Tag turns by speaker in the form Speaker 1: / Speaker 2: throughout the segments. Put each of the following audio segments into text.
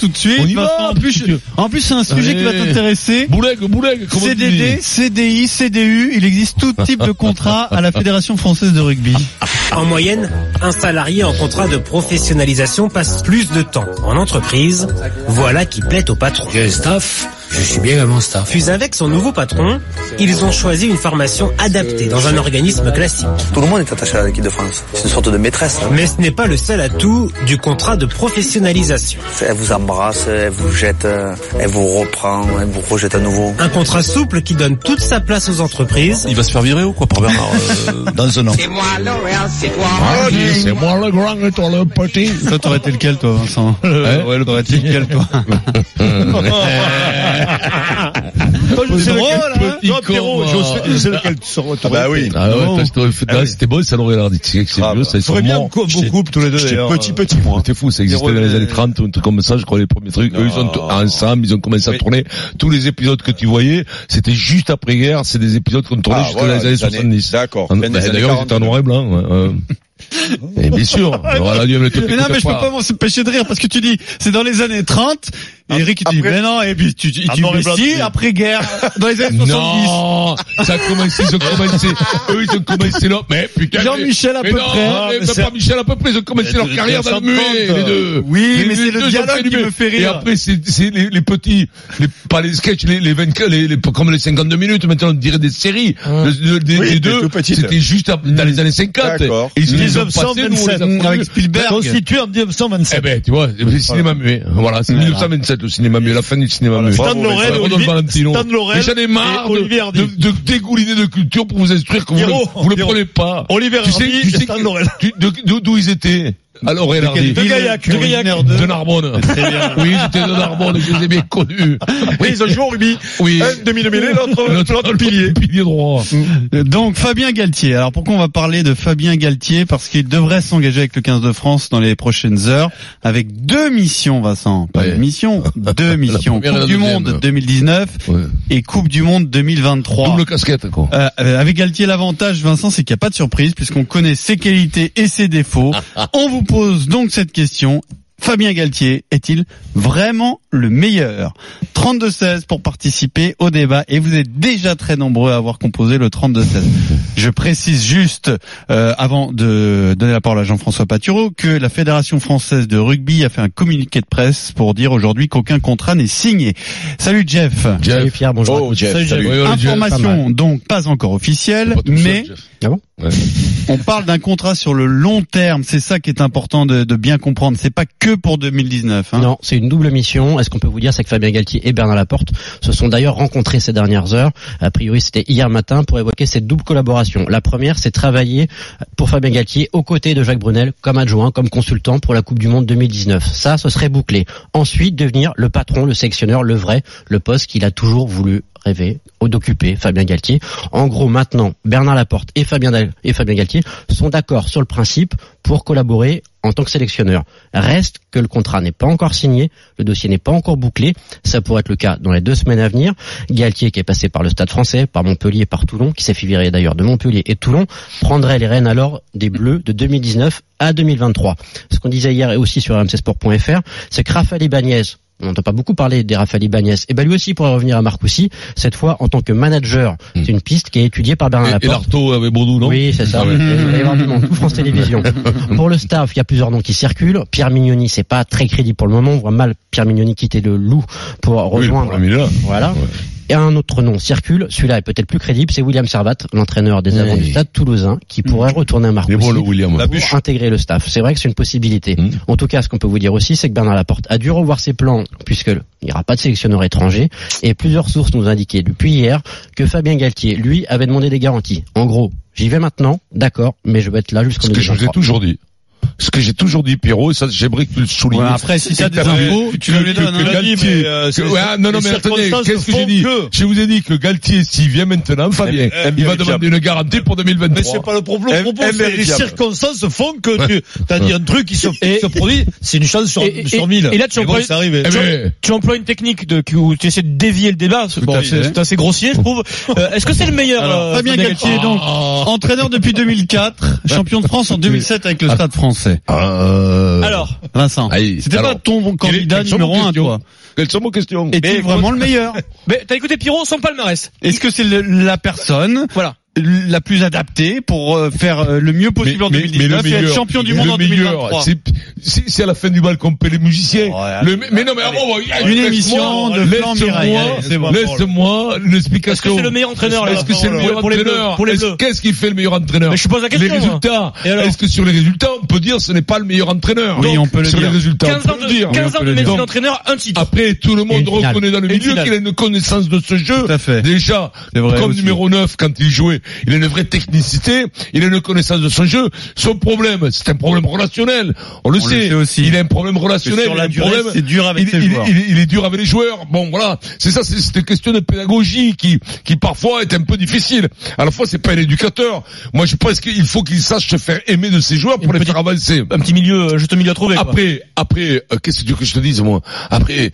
Speaker 1: tout de suite.
Speaker 2: On y va,
Speaker 1: Parce qu'en
Speaker 2: tout de
Speaker 1: plus,
Speaker 2: suite.
Speaker 1: en plus, c'est un sujet qui va
Speaker 2: Allez.
Speaker 1: t'intéresser.
Speaker 2: Bouleg, Bouleg, comment tu
Speaker 1: CDD,
Speaker 2: dis
Speaker 1: CDI, CDU, il existe tout type de contrat à la Fédération française de rugby.
Speaker 3: En moyenne, un salarié en contrat de professionnalisation passe plus de temps en entreprise. Voilà qui plaît au patron.
Speaker 4: J'ai un staff, je suis bien à mon staff.
Speaker 3: Puis avec son nouveau patron, ils ont choisi une formation adaptée dans un organisme classique.
Speaker 5: Tout le monde est attaché à l'équipe de France. C'est une sorte de maîtresse. hein.
Speaker 3: Mais ce n'est pas le seul atout du contrat de professionnalisation.
Speaker 5: Elle vous embrasse, elle vous jette, euh, elle vous reprend, elle vous rejette à nouveau.
Speaker 3: Un contrat souple qui donne toute sa place aux entreprises.
Speaker 2: Il va se faire virer ou quoi par Bernard euh, dans un an
Speaker 6: C'est moi L'Oréal, c'est toi Rodi.
Speaker 2: Ah, C'est moi le grand et toi le petit.
Speaker 1: Toi, t'aurais été lequel, toi, Vincent Euh, Ouais,
Speaker 2: Hein
Speaker 1: t'aurais été lequel, toi
Speaker 2: Euh.
Speaker 1: C'est drôle, hein
Speaker 2: Toi, Pierrot, je sais lequel tu seras. Bah oui. Ah ouais, toi, je t'aurais fait- ah, c'était beau, ça l'aurait l'air dit. C'est c'est vieux, ça, ils sont morts. J'étais-
Speaker 1: tous les deux, euh.
Speaker 2: j'étais petit, petit,
Speaker 7: hein.
Speaker 2: moi. T'es fou, ça existait dans les années 30 ou un truc comme ça, je crois, les premiers trucs. Eux, ils sont tous ensemble, ils ont commencé à tourner. Tous les épisodes que tu voyais, c'était juste après-guerre, c'est des épisodes qu'on tournait
Speaker 7: Ah,
Speaker 2: jusqu'à
Speaker 7: voilà,
Speaker 2: les années
Speaker 7: les années-
Speaker 2: 70.
Speaker 7: d'accord.
Speaker 2: En-
Speaker 7: Fin des
Speaker 2: bah,
Speaker 7: années
Speaker 2: D'ailleurs, c'était en noir et blanc. ouais, euh. Et bien sûr. Voilà, lui, le truc,
Speaker 1: Mais non, mais je peux
Speaker 2: écoute
Speaker 1: pas m'empêcher de rire parce que tu dis, c'est dans les années 30. Et Eric, il dit, mais non, et puis tu, tu, tu
Speaker 7: noir et
Speaker 1: mais
Speaker 7: blanc,
Speaker 1: si,
Speaker 7: tu-
Speaker 1: après-guerre, dans les années 70.
Speaker 2: Non, ça a commencé, ils ont commencé, eux ils ont commencé leur, mais putain.
Speaker 1: Jean-Michel à
Speaker 2: mais
Speaker 1: peu
Speaker 2: non,
Speaker 1: près.
Speaker 2: mais
Speaker 1: Mais c'est-
Speaker 2: pas Michel à peu près, ils ont commencé leur carrière dans le muet, les deux.
Speaker 1: Oui,
Speaker 2: Les-
Speaker 1: mais
Speaker 2: les
Speaker 1: c'est le
Speaker 2: deux ont
Speaker 1: dialogue
Speaker 2: fait du
Speaker 1: qui
Speaker 2: muet.
Speaker 1: me fait rire.
Speaker 2: Et après, c'est, c'est les, les petits, les, pas les sketchs, les, les 24, les, les- comme les 52 minutes, maintenant on dirait des séries.
Speaker 1: Ah.
Speaker 2: Le- le- des,
Speaker 7: Oui,
Speaker 2: des
Speaker 7: des
Speaker 2: deux,
Speaker 7: tout petites.
Speaker 2: c'était juste à- dans les années 50.
Speaker 7: D'accord.
Speaker 2: Et ils les ont passés, nous, on les a
Speaker 8: 1927,
Speaker 2: connus.
Speaker 8: Constitué en 1927.
Speaker 2: Eh ben, tu vois, le cinéma muet. Voilà, c'est 1927 le cinéma muet, la fin du cinéma muet.
Speaker 8: Stan Laurel,
Speaker 2: Rodolphe
Speaker 8: Olivier-
Speaker 2: Valentino.
Speaker 8: Stan Laurel
Speaker 2: Mais j'en ai marre
Speaker 8: et
Speaker 2: de,
Speaker 8: Olivier Hardy.
Speaker 2: de, de dégouliner de culture pour vous instruire que vous,
Speaker 8: Pierrot,
Speaker 2: le, vous le
Speaker 8: Pierrot.
Speaker 2: prenez pas.
Speaker 8: Oliver
Speaker 2: tu sais,
Speaker 8: Hardy
Speaker 2: tu
Speaker 8: et
Speaker 2: sais
Speaker 8: Stan
Speaker 2: que-
Speaker 8: Laurel.
Speaker 2: tu- de- d'où- D'où ils étaient À Laurel Hardy.
Speaker 8: De Gaillac. De Gaillac.
Speaker 2: De Narbonne. Oui, j'étais de Narbonne, je les ai bien connus.
Speaker 7: Oui, ils ont joué au rugby.
Speaker 2: Oui.
Speaker 7: Un demi-mêlée, l'autre, l'autre pilier.
Speaker 2: Pilier droit.
Speaker 1: Donc Fabien Galtier. Alors pourquoi on va parler de Fabien Galtier Parce qu'il devrait s'engager avec le 15 de France dans les prochaines heures avec deux missions, Vincent. Pas
Speaker 2: Ouais.
Speaker 1: une mission, deux missions.
Speaker 2: première et
Speaker 1: Coupe
Speaker 2: la
Speaker 1: du
Speaker 2: deuxième.
Speaker 1: Monde 2019
Speaker 2: Ouais.
Speaker 1: et Coupe du Monde 2023.
Speaker 2: Double casquette, quoi.
Speaker 1: Euh, euh, avec Galtier, l'avantage, Vincent, c'est qu'il n'y a pas de surprise puisqu'on connaît ses qualités et ses défauts. On vous pose donc cette question. Fabien Galtier est-il vraiment le meilleur 32-16 pour participer au débat et vous êtes déjà très nombreux à avoir composé le 32-16. Je précise juste, euh, avant de donner la parole à Jean-François Patureau, que la Fédération française de rugby a fait un communiqué de presse pour dire aujourd'hui qu'aucun contrat n'est signé. Salut Jeff
Speaker 2: Jeff.
Speaker 8: Pierre, bonjour.
Speaker 7: Oh, Jeff,
Speaker 8: Salut,
Speaker 7: salut.
Speaker 2: Oui, oui, Jeff.
Speaker 8: pas
Speaker 1: Information donc pas encore officielle,
Speaker 2: Pas tout seul,
Speaker 1: mais
Speaker 2: Jeff.
Speaker 1: on parle d'un contrat sur le long terme. C'est ça qui est important de, de bien comprendre. C'est pas que pour 2019. Hein.
Speaker 9: Non, c'est une double mission. Est-ce qu'on peut vous dire c'est que Fabien Galtier et Bernard Laporte se sont d'ailleurs rencontrés ces dernières heures. A priori, c'était hier matin pour évoquer cette double collaboration. La première, c'est travailler pour Fabien Galtier aux côtés de Jacques Brunel comme adjoint, comme consultant pour la Coupe du Monde 2019. Ça, ce serait bouclé. Ensuite, devenir le patron, le sectionneur, le vrai, le poste qu'il a toujours voulu rêver ou d'occuper Fabien Galtier. En gros, maintenant, Bernard Laporte et Fabien, Dal- et Fabien Galtier sont d'accord sur le principe pour collaborer en tant que sélectionneur. Reste que le contrat n'est pas encore signé, le dossier n'est pas encore bouclé. Ça pourrait être le cas dans les deux semaines à venir. Galtier, qui est passé par le Stade français, par Montpellier, par Toulon, qui s'est fait virer d'ailleurs de Montpellier et Toulon, prendrait les rênes alors des Bleus de 2019 à 2023. Ce qu'on disait hier et aussi sur rmcsport.fr, c'est que Rafael Ibanez, on n'entend pas beaucoup parler des Rafael Ibanez, et ben lui aussi pourrait revenir à Marcoussis, cette fois en tant que manager. C'est une piste qui est étudiée par Bernard
Speaker 2: Hmm. Et, et
Speaker 9: Laporte.
Speaker 2: l'Arto avec Bourdou, non
Speaker 9: Ah, Oui, c'est ça.
Speaker 2: Ah ouais.
Speaker 9: Il va y avoir du monde. Tout France Télévisions. pour le staff, il y a plusieurs noms qui circulent. Pierre Mignoni, c'est pas très crédible pour le moment. On voit mal Pierre Mignoni quitter le loup pour
Speaker 2: Oui, le
Speaker 9: rejoindre.
Speaker 2: premier là.
Speaker 9: voilà.
Speaker 2: Ouais.
Speaker 9: Et un autre nom circule. Celui-là est peut-être plus crédible. C'est William Servat, l'entraîneur des avants
Speaker 2: Oui.
Speaker 9: du stade toulousain, qui pourrait retourner à
Speaker 2: Il est
Speaker 9: Marcoussis
Speaker 2: bon, le William.
Speaker 7: La bûche.
Speaker 9: pour intégrer le staff. C'est vrai que c'est une possibilité.
Speaker 2: Mm.
Speaker 9: En tout cas, ce qu'on peut vous dire aussi, c'est que Bernard Laporte a dû revoir ses plans, puisque il n'y aura pas de sélectionneur étranger, et plusieurs sources nous indiquaient depuis hier que Fabien Galtier, lui, avait demandé des garanties. En gros, j'y vais maintenant, d'accord, mais je vais être là jusqu'en
Speaker 2: Ce que je vous ai
Speaker 9: 2023.
Speaker 2: toujours dit. Ce que j'ai toujours dit, Pierrot, ça, j'aimerais que tu le soulignes.
Speaker 1: Ouais, après, si t'as des
Speaker 2: Après,
Speaker 1: infos, tu me les
Speaker 2: que-
Speaker 1: donnes.
Speaker 2: que
Speaker 1: hein.
Speaker 2: Galtier-
Speaker 8: mais, euh,
Speaker 2: que-
Speaker 8: c'est-
Speaker 2: ouais, ah, non, non,
Speaker 8: les
Speaker 2: mais attendez,
Speaker 8: circonstances
Speaker 2: qu'est-ce que
Speaker 8: font
Speaker 2: j'ai dit
Speaker 8: que-
Speaker 2: Je vous ai dit que Galtier, s'il vient maintenant, Fabien,
Speaker 7: eh,
Speaker 2: il va
Speaker 7: vérifiable.
Speaker 2: demander une garantie pour 2023.
Speaker 8: Mais c'est pas le propos,
Speaker 7: Eh,
Speaker 8: le propos,
Speaker 7: eh,
Speaker 8: c'est les
Speaker 7: vérifiable.
Speaker 8: circonstances font que tu as dit un truc qui se, qui se produit, c'est une chance sur,
Speaker 10: et-
Speaker 8: sur
Speaker 10: et-
Speaker 8: mille.
Speaker 10: et là, tu
Speaker 8: Mais bon,
Speaker 10: emploies-
Speaker 8: c'est arrivé.
Speaker 2: Eh
Speaker 10: Tu,
Speaker 2: ben,
Speaker 10: tu emploies une technique de, où tu essaies de dévier le débat. C'est bon,
Speaker 1: à fait.
Speaker 10: c'est- c'est assez grossier, je trouve. Euh, Est-ce que c'est le meilleur
Speaker 1: Alors,
Speaker 10: euh,
Speaker 1: Fabien
Speaker 10: Fabien
Speaker 8: Ah.
Speaker 1: Galtier donc entraîneur depuis 2004, champion de France en 2007 avec le Stade pensais
Speaker 2: Euh,
Speaker 10: Ah. Alors,
Speaker 1: Vincent,
Speaker 2: Aïe.
Speaker 1: c'était
Speaker 2: Alors,
Speaker 1: pas ton candidat
Speaker 2: quelles sont
Speaker 1: numéro
Speaker 2: vos
Speaker 1: un,
Speaker 2: questions
Speaker 1: toi.
Speaker 2: Quelles sont vos questions
Speaker 1: Est-il vraiment le meilleur
Speaker 10: mais t'as écouté Pierrot sans palmarès.
Speaker 1: Est-ce que c'est le- la personne
Speaker 10: Voilà.
Speaker 1: la plus adaptée pour euh, faire euh, le mieux possible en 2019 et être champion du monde
Speaker 2: le
Speaker 1: en
Speaker 2: meilleur,
Speaker 1: 2023
Speaker 2: c'est- C'est c'est à la fin du bal qu'on paie les musiciens.
Speaker 1: Ouais,
Speaker 2: Le- mais oh, non, mais avant, on va-
Speaker 1: Une
Speaker 2: laisse-moi-
Speaker 1: émission de Florent Mireille, allez, c'est
Speaker 2: Laisse-moi,
Speaker 1: bon.
Speaker 2: laisse-moi
Speaker 10: Est-ce que
Speaker 2: l'explication.
Speaker 10: c'est le meilleur entraîneur là
Speaker 2: Est-ce que c'est le meilleur
Speaker 10: pour les bleus
Speaker 2: entraîneur
Speaker 10: Pour les
Speaker 2: Est-ce-
Speaker 10: bleus.
Speaker 2: Qu'est-ce qui fait le meilleur entraîneur
Speaker 10: Mais je pose la question.
Speaker 2: Les
Speaker 10: moi.
Speaker 2: résultats.
Speaker 10: Et alors
Speaker 2: Est-ce que sur les résultats, on peut dire ce n'est pas le meilleur entraîneur
Speaker 1: Oui, on peut le
Speaker 2: Sur
Speaker 1: dire.
Speaker 2: les résultats,
Speaker 10: 15
Speaker 2: on
Speaker 10: ans
Speaker 2: peut le dire.
Speaker 10: de, 15 ans de métier
Speaker 2: Donc, Ah.
Speaker 10: d'entraîneur, un titre.
Speaker 2: Après, tout le
Speaker 9: Et
Speaker 2: monde
Speaker 9: une finale.
Speaker 2: reconnaît dans le
Speaker 10: Et une
Speaker 2: milieu
Speaker 10: finale.
Speaker 2: qu'il a une connaissance de ce jeu.
Speaker 1: Tout à fait.
Speaker 2: Déjà,
Speaker 1: C'est vrai
Speaker 2: comme
Speaker 1: aussi.
Speaker 2: numéro 9 quand il jouait, il a une vraie technicité, il a une connaissance de son jeu. Son problème, c'est un problème relationnel. On
Speaker 1: On le
Speaker 2: le, sait.
Speaker 1: sait aussi.
Speaker 2: Il a un problème relationnel.
Speaker 1: Mais sur la
Speaker 2: il a un
Speaker 1: durée,
Speaker 2: problème-
Speaker 1: c'est dur avec
Speaker 2: il,
Speaker 1: ses
Speaker 2: il-
Speaker 1: joueurs.
Speaker 2: il- il est dur avec les joueurs. Bon, voilà. C'est ça, c'est c'est une question de pédagogie qui, qui parfois est un peu difficile. À la fois, c'est pas un éducateur. Moi, je pense qu'il faut qu'il sache se faire aimer de ses joueurs pour les faire avancer.
Speaker 10: Un petit milieu, euh, juste milieu à trouver. quoi.
Speaker 2: Après, après, euh, qu'est-ce que tu veux que je te dise moi Après,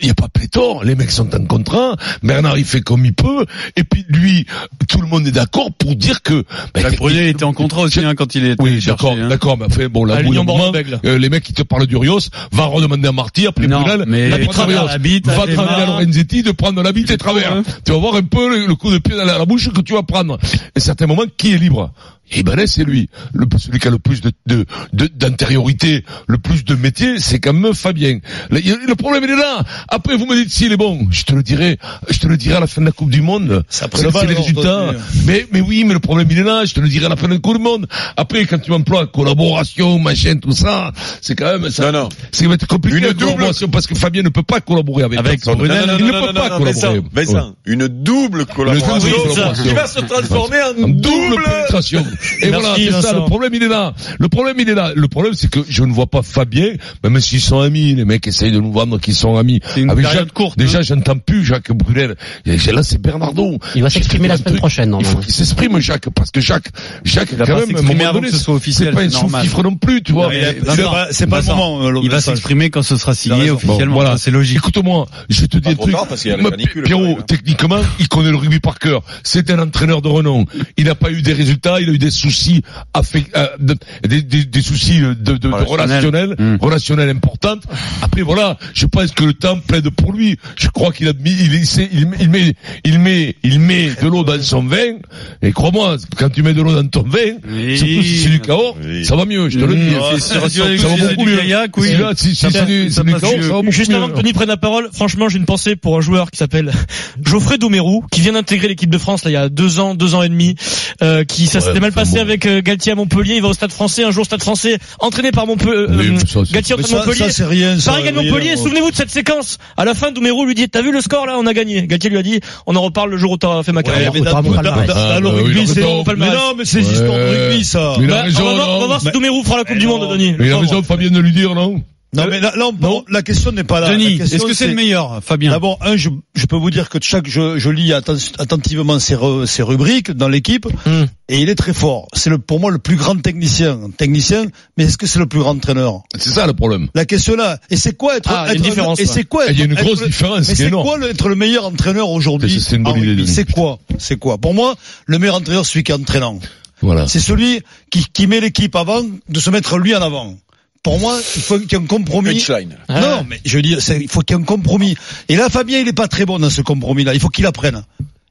Speaker 2: il y a pas pléthore. Les mecs sont en contrat. Bernard, il fait comme il peut. Et puis lui, tout le monde est d'accord pour dire que. ben,
Speaker 1: Jacques Brunier était en contrat aussi
Speaker 2: Je-
Speaker 1: hein, quand il est
Speaker 2: Oui,
Speaker 1: cherché,
Speaker 2: d'accord,
Speaker 1: hein.
Speaker 2: d'accord. Mais enfin, bon,
Speaker 10: À
Speaker 2: la
Speaker 10: l'Union
Speaker 2: bouille, moment,
Speaker 10: Bordeaux-Bègles.
Speaker 2: euh, les mecs qui te parlent du Rios, va redemander à Marty, après
Speaker 1: Non,
Speaker 2: Brunel,
Speaker 1: mais
Speaker 2: la
Speaker 1: il travers
Speaker 2: Rios.
Speaker 1: la bite,
Speaker 2: va
Speaker 1: à des
Speaker 2: travailler à
Speaker 1: mains.
Speaker 2: Lorenzetti de prendre la bite et travers.
Speaker 1: hein.
Speaker 2: Tu vas voir un peu le, le coup de pied dans la, la bouche que tu vas prendre. Et à certains moments, qui est libre Ibanez, c'est lui. Le, celui qui a le plus de, de, de- d'antériorité, le plus de métier, c'est quand même Fabien. Le, le problème, il est là. Après, vous me dites s'il est bon. Je te le dirai. Je te le dirai à la fin de la Coupe du Monde.
Speaker 8: après
Speaker 2: C'est-
Speaker 8: le bal,
Speaker 2: c'est les
Speaker 8: alors,
Speaker 2: résultats.
Speaker 8: retenu.
Speaker 2: Mais, mais oui, mais le problème, il est là. Je te le dirai à la fin de la Coupe du Monde. Après, quand tu m'emploies collaboration, machin, tout ça, c'est quand même, ça,
Speaker 7: Non, non.
Speaker 2: c'est va être compliqué.
Speaker 7: Une
Speaker 2: la
Speaker 7: double-
Speaker 2: collaboration, parce que Fabien ne peut pas collaborer avec,
Speaker 1: Avec
Speaker 2: personne.
Speaker 1: Brunel,
Speaker 2: il ne peut pas
Speaker 7: Vincent,
Speaker 2: collaborer.
Speaker 7: Vincent, une double collaboration
Speaker 2: Une double collaboration.
Speaker 7: qui va se transformer en
Speaker 2: Une double
Speaker 7: double.
Speaker 2: pénétration. Et voilà,
Speaker 10: Merci,
Speaker 2: c'est ça,
Speaker 10: Vincent.
Speaker 2: le problème il est là. Le problème il est là. Le problème c'est que je ne vois pas Fabien, même s'ils sont amis, les mecs essayent de nous vendre qu'ils sont amis.
Speaker 1: C'est une période
Speaker 2: Jacques-
Speaker 1: courte,
Speaker 2: Déjà, j'entends plus Jacques Brunel. Et là, c'est Bernardo.
Speaker 9: Il va
Speaker 2: Je
Speaker 9: s'exprimer
Speaker 2: te dis
Speaker 9: la
Speaker 2: un
Speaker 9: semaine
Speaker 2: truc.
Speaker 9: prochaine,
Speaker 2: Il faut
Speaker 9: normalement.
Speaker 2: qu'il s'exprime, Jacques, parce que Jacques, Jacques,
Speaker 1: Il va
Speaker 2: quand
Speaker 1: pas
Speaker 2: même, à un
Speaker 1: s'exprimer
Speaker 2: moment
Speaker 1: avant
Speaker 2: donné,
Speaker 1: que ce soit officiel,
Speaker 2: C'est pas un
Speaker 1: c'est normal.
Speaker 2: souffre non plus, tu vois.
Speaker 1: Mais
Speaker 2: Il a-
Speaker 1: Vincent,
Speaker 7: C'est pas le
Speaker 1: Vincent,
Speaker 7: moment, euh, le
Speaker 1: Il va
Speaker 7: message.
Speaker 1: s'exprimer quand ce sera signé
Speaker 2: Bon,
Speaker 1: officiellement.
Speaker 2: voilà.
Speaker 1: Ça, c'est logique.
Speaker 2: Écoute-moi, je vais te dis un
Speaker 7: trop
Speaker 2: truc.
Speaker 7: tard, parce qu'il y a les
Speaker 2: Ma-
Speaker 7: canicules,
Speaker 2: Pierrot,
Speaker 7: pareil, hein.
Speaker 2: techniquement, il connaît le rugby par cœur. C'est un entraîneur de renom. Il n'a pas eu des résultats, il a eu des soucis affect- euh, de- des, des- des soucis euh, de, de- de relationnels,
Speaker 1: Mm.
Speaker 2: relationnels importants. Après voilà, je pense que le temps plaide pour lui. Je crois qu'il a mis, il, essaie- il, met- il met, il met, il met de l'eau dans son vin. Et crois-moi, quand tu mets de l'eau dans ton vin,
Speaker 1: Oui.
Speaker 2: surtout si c'est du chaos, ça va mieux. Je te le dis. hein.
Speaker 1: Mmh.
Speaker 2: Ça va
Speaker 1: Si c'est
Speaker 2: beaucoup
Speaker 1: du
Speaker 2: mieux.
Speaker 1: kayak, oui.
Speaker 2: Si là, si- si
Speaker 1: Ça
Speaker 2: c'est
Speaker 1: passe-
Speaker 2: du
Speaker 1: ça
Speaker 2: c'est du
Speaker 1: passe
Speaker 2: chaos,
Speaker 1: mieux.
Speaker 2: ça va beaucoup
Speaker 10: Juste avant
Speaker 2: mieux.
Speaker 10: que Tony prenne la parole, franchement, j'ai une pensée pour un joueur qui s'appelle Geoffrey Doumerou, qui vient d'intégrer l'équipe de France là il y a deux ans, deux ans et demi, euh, qui ça
Speaker 2: Ouais,
Speaker 10: s'était mal
Speaker 2: enfin,
Speaker 10: passé
Speaker 2: bon.
Speaker 10: avec euh, Galtier à Montpellier. Il va au Stade Français, un jour au Stade Français, entraîné par Montpellier.
Speaker 2: Oui, mais ça, c'est- hein.
Speaker 10: Galtier
Speaker 8: Mais
Speaker 10: entraîne
Speaker 8: ça,
Speaker 10: Montpellier.
Speaker 8: ça, c'est rien. ça,
Speaker 10: Paris gagne
Speaker 8: rien,
Speaker 10: Montpellier,
Speaker 8: moi.
Speaker 10: souvenez-vous de cette séquence. À la fin, Doumerou lui dit, t'as vu le score là, on a gagné. Galtier lui a dit, on en reparle le jour où t'as fait ma
Speaker 8: Ouais,
Speaker 10: carrière.
Speaker 8: mais
Speaker 9: Ou pas,
Speaker 8: dans-
Speaker 9: mon
Speaker 8: dans-
Speaker 9: palmarès.
Speaker 8: dans- dans le
Speaker 2: Ah, bah oui,
Speaker 8: rugby,
Speaker 2: le
Speaker 8: c'est.
Speaker 2: retour au
Speaker 8: Mais
Speaker 10: palmarès.
Speaker 8: non, mais c'est l'histoire de
Speaker 2: Ouais.
Speaker 8: rugby, ça.
Speaker 2: Mais il a
Speaker 10: Bah,
Speaker 2: raison,
Speaker 10: on va voir, on va
Speaker 2: non
Speaker 10: voir si Doumerou fera la Coupe du Monde, Denis.
Speaker 2: Mais il a raison, Fabien, de lui dire, non
Speaker 8: Non, mais là, là, on- la question n'est pas là. La
Speaker 1: Denis,
Speaker 8: question,
Speaker 1: est-ce que c'est le meilleur, Fabien
Speaker 8: D'abord, un, je, je peux vous dire que chaque, je, je lis atten- attentivement ses, re- ses rubriques dans l'équipe,
Speaker 2: Hmm.
Speaker 8: et il est très fort. C'est le, pour moi le plus grand technicien. Technicien, mais est-ce que c'est le plus grand entraîneur
Speaker 2: C'est ça le problème.
Speaker 8: La question là, et c'est quoi être,
Speaker 10: Ah, il y a
Speaker 8: être-
Speaker 10: une différence,
Speaker 8: et c'est quoi
Speaker 2: Il y a
Speaker 8: être-
Speaker 2: une
Speaker 8: être
Speaker 2: grosse
Speaker 8: le-
Speaker 2: différence
Speaker 8: mais
Speaker 2: qui est
Speaker 8: c'est
Speaker 2: énorme.
Speaker 8: quoi le- être le meilleur entraîneur aujourd'hui
Speaker 2: C'est- c'est une bonne
Speaker 8: en
Speaker 2: idée,
Speaker 8: rugby
Speaker 2: Denis.
Speaker 8: C'est quoi C'est quoi Pour moi, le meilleur entraîneur, c'est celui qui est entraînant.
Speaker 2: Voilà.
Speaker 8: C'est celui qui, qui met l'équipe avant de se mettre lui en avant. Pour moi, il faut qu'il y ait un compromis.
Speaker 7: Punchline.
Speaker 10: Hein
Speaker 8: Non, mais je veux dire, c'est- il faut qu'il y ait un compromis. Et là, Fabien, il est pas très bon dans ce compromis-là. Il faut qu'il apprenne.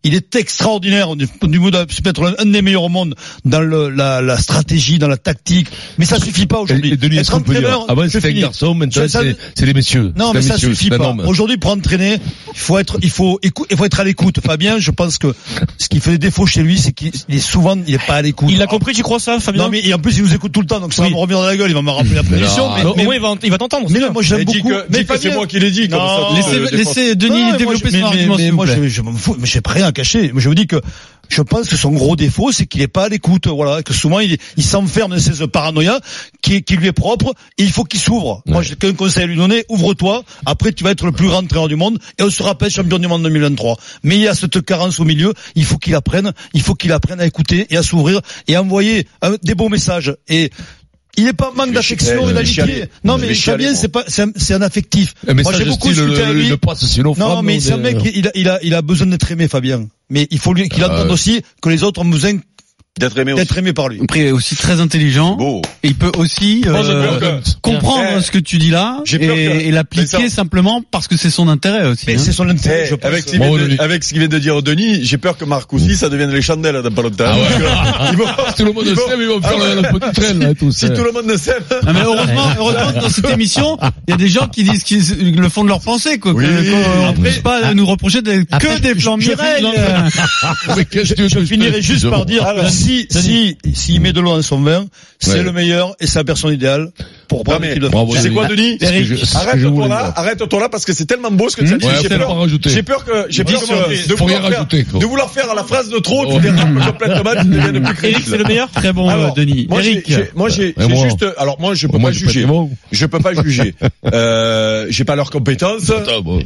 Speaker 8: Il est extraordinaire, du du mot de- c'est peut-être un des meilleurs au monde dans le- la, la stratégie, dans la tactique. Mais ça suffit pas
Speaker 2: Et,
Speaker 8: aujourd'hui.
Speaker 2: et Denis,
Speaker 8: Être
Speaker 2: est-ce qu'on peut dire
Speaker 8: entraîneur,
Speaker 2: Avant,
Speaker 8: je
Speaker 2: c'était un
Speaker 8: finis.
Speaker 2: garçon, maintenant,
Speaker 8: Ça- ça-
Speaker 2: c'est c'est les messieurs.
Speaker 8: non,
Speaker 2: C'est un
Speaker 8: mais ça
Speaker 2: messieurs,
Speaker 8: suffit
Speaker 2: c'est un
Speaker 8: pas.
Speaker 2: homme.
Speaker 8: Aujourd'hui, pour entraîner, il faut être, il faut, écou- il faut être à l'écoute. Fabien, je pense que ce qui fait des défauts chez lui, c'est qu'il il est souvent, il est pas à l'écoute.
Speaker 10: Il l'a compris, tu crois ça, Fabien?
Speaker 8: Non, mais et en plus, il nous écoute tout le temps, donc ça
Speaker 10: Oui.
Speaker 8: va me revenir dans la gueule. Il va me rappeler la prédiction.
Speaker 2: non,
Speaker 8: Mais,
Speaker 10: Au
Speaker 8: mais-
Speaker 10: moins, il va, il va t'entendre.
Speaker 8: mais là, moi, j'aime
Speaker 7: Et dis
Speaker 8: beaucoup.
Speaker 7: que,
Speaker 8: mais
Speaker 7: dis que c'est
Speaker 8: Fabien-
Speaker 7: moi qui l'ai dit. Comme
Speaker 8: Non.
Speaker 7: ça, tu
Speaker 1: Laissez,
Speaker 7: te défends.
Speaker 1: laissez Denis
Speaker 8: Non, mais
Speaker 1: développer
Speaker 8: moi, je-
Speaker 1: son
Speaker 8: mais-
Speaker 1: argument,
Speaker 8: mais-
Speaker 1: s'il vous
Speaker 8: moi,
Speaker 1: plaît.
Speaker 8: je, je m'en fous, mais j'ai pas rien à cacher. Je vous dis que je pense que son gros défaut, c'est qu'il est pas à l'écoute, voilà, que souvent il, il s'enferme dans ses paranoïas qui, qui lui est propre. Et il faut qu'il s'ouvre. Moi, j'ai qu'un conseil à lui donner ouvre-toi. Après, tu vas être le plus grand entraîneur du monde et on se rappelle champion du monde 2023. Mais il y a cette carence au milieu. Il faut qu'il apprenne. Il faut qu'il apprenne à écouter et à s'ouvrir et à envoyer euh, des beaux messages. Et il n'est pas en manque
Speaker 7: vais chialer,
Speaker 8: d'affection
Speaker 7: je
Speaker 8: et
Speaker 7: vais
Speaker 8: d'amitié.
Speaker 7: chialer.
Speaker 8: Non,
Speaker 7: Je
Speaker 8: mais
Speaker 7: vais
Speaker 8: Fabien,
Speaker 7: chialer, moi.
Speaker 8: c'est pas, c'est un, c'est un affectif.
Speaker 2: Un
Speaker 8: Moi, j'ai
Speaker 2: message
Speaker 8: beaucoup
Speaker 2: style,
Speaker 8: discuté avec
Speaker 2: le,
Speaker 8: lui.
Speaker 2: le passe, sinon,
Speaker 8: Non, mais c'est un mec,
Speaker 2: qui...
Speaker 8: il a, il a, il a besoin d'être aimé, Fabien. Mais il faut lui qu'il
Speaker 2: Ah,
Speaker 8: entende
Speaker 2: ouais. Ah,
Speaker 8: aussi que les autres ont besoin
Speaker 7: D'être aimé aussi.
Speaker 8: d'être aimé par lui.
Speaker 1: Après, il est aussi très intelligent.
Speaker 7: Beau.
Speaker 1: Et il peut aussi euh,
Speaker 2: Pense au burger.
Speaker 1: comprendre
Speaker 7: Eh.
Speaker 1: ce que tu dis là
Speaker 7: J'ai peur que-
Speaker 1: et, et l'appliquer
Speaker 7: Mais
Speaker 1: simplement parce que c'est son intérêt aussi.
Speaker 8: Mais
Speaker 1: hein.
Speaker 8: c'est son intérêt,
Speaker 7: Eh,
Speaker 8: je pense.
Speaker 7: avec, ce qu'il vient
Speaker 2: Bravo,
Speaker 7: de-
Speaker 2: Denis.
Speaker 7: avec ce qu'il vient de dire Denis, j'ai peur que Marc aussi, ça devienne les chandelles dans pas longtemps.
Speaker 2: Ah
Speaker 7: Ils vont-
Speaker 2: Tout le monde
Speaker 7: ils vont-
Speaker 2: s'aime, ils vont
Speaker 7: Ah
Speaker 2: faire
Speaker 7: ouais.
Speaker 2: le, le petit train, là, tous.
Speaker 7: Si tout le monde s'aime,
Speaker 1: Non, Ah, mais heureusement, heureusement que dans cette émission, il y a des gens qui disent qu'ils le fond de leur pensée, quoi.
Speaker 7: Oui.
Speaker 1: qu'on ne puisse pas nous reprocher d'être que
Speaker 9: Après,
Speaker 1: des plans Mireille. euh.
Speaker 2: Mais qu'est-ce que tu veux que
Speaker 8: Je
Speaker 2: te
Speaker 8: finirai
Speaker 2: dise,
Speaker 8: juste
Speaker 2: moi
Speaker 8: par dire,
Speaker 10: Alors,
Speaker 8: si, si, s'il met de l'eau dans son vin, c'est
Speaker 2: Ah, Ouais.
Speaker 8: le meilleur et c'est la personne idéale pour prendre
Speaker 7: mais-
Speaker 8: l'équipe de
Speaker 2: Bravo,
Speaker 7: tu sais
Speaker 2: Denis.
Speaker 7: quoi, Denis?
Speaker 2: C'est ce que je- c'est ce que je
Speaker 7: Arrête-toi
Speaker 2: voulais
Speaker 7: là,
Speaker 2: dire.
Speaker 7: arrête-toi là, parce que c'est tellement beau ce que tu as dit.
Speaker 2: Ouais,
Speaker 7: j'ai
Speaker 2: faut
Speaker 7: peur-
Speaker 2: pas rajouter.
Speaker 7: J'ai peur que, j'ai
Speaker 2: Faut
Speaker 7: peur
Speaker 2: rien
Speaker 7: que
Speaker 2: rajouter.
Speaker 7: de
Speaker 2: Faut rien
Speaker 7: vouloir faire,
Speaker 2: rajouter, quoi.
Speaker 7: de vouloir faire la phrase de trop, tu
Speaker 2: Oh.
Speaker 7: dérapes complètement, tu deviens plus crédible.
Speaker 10: Eric, c'est le meilleur
Speaker 1: Très bon, euh,
Speaker 7: Alors,
Speaker 1: Denis.
Speaker 7: Moi, j'ai-
Speaker 1: Eric.
Speaker 7: j'ai- moi, j'ai
Speaker 2: Et
Speaker 7: j'ai
Speaker 2: moi
Speaker 7: juste. Alors, moi, je peux
Speaker 2: Moi,
Speaker 7: pas
Speaker 2: j'ai pas
Speaker 7: juger.
Speaker 2: été bon.
Speaker 7: Je peux pas juger. Euh, j'ai pas leurs compétences.
Speaker 2: Putain, bon.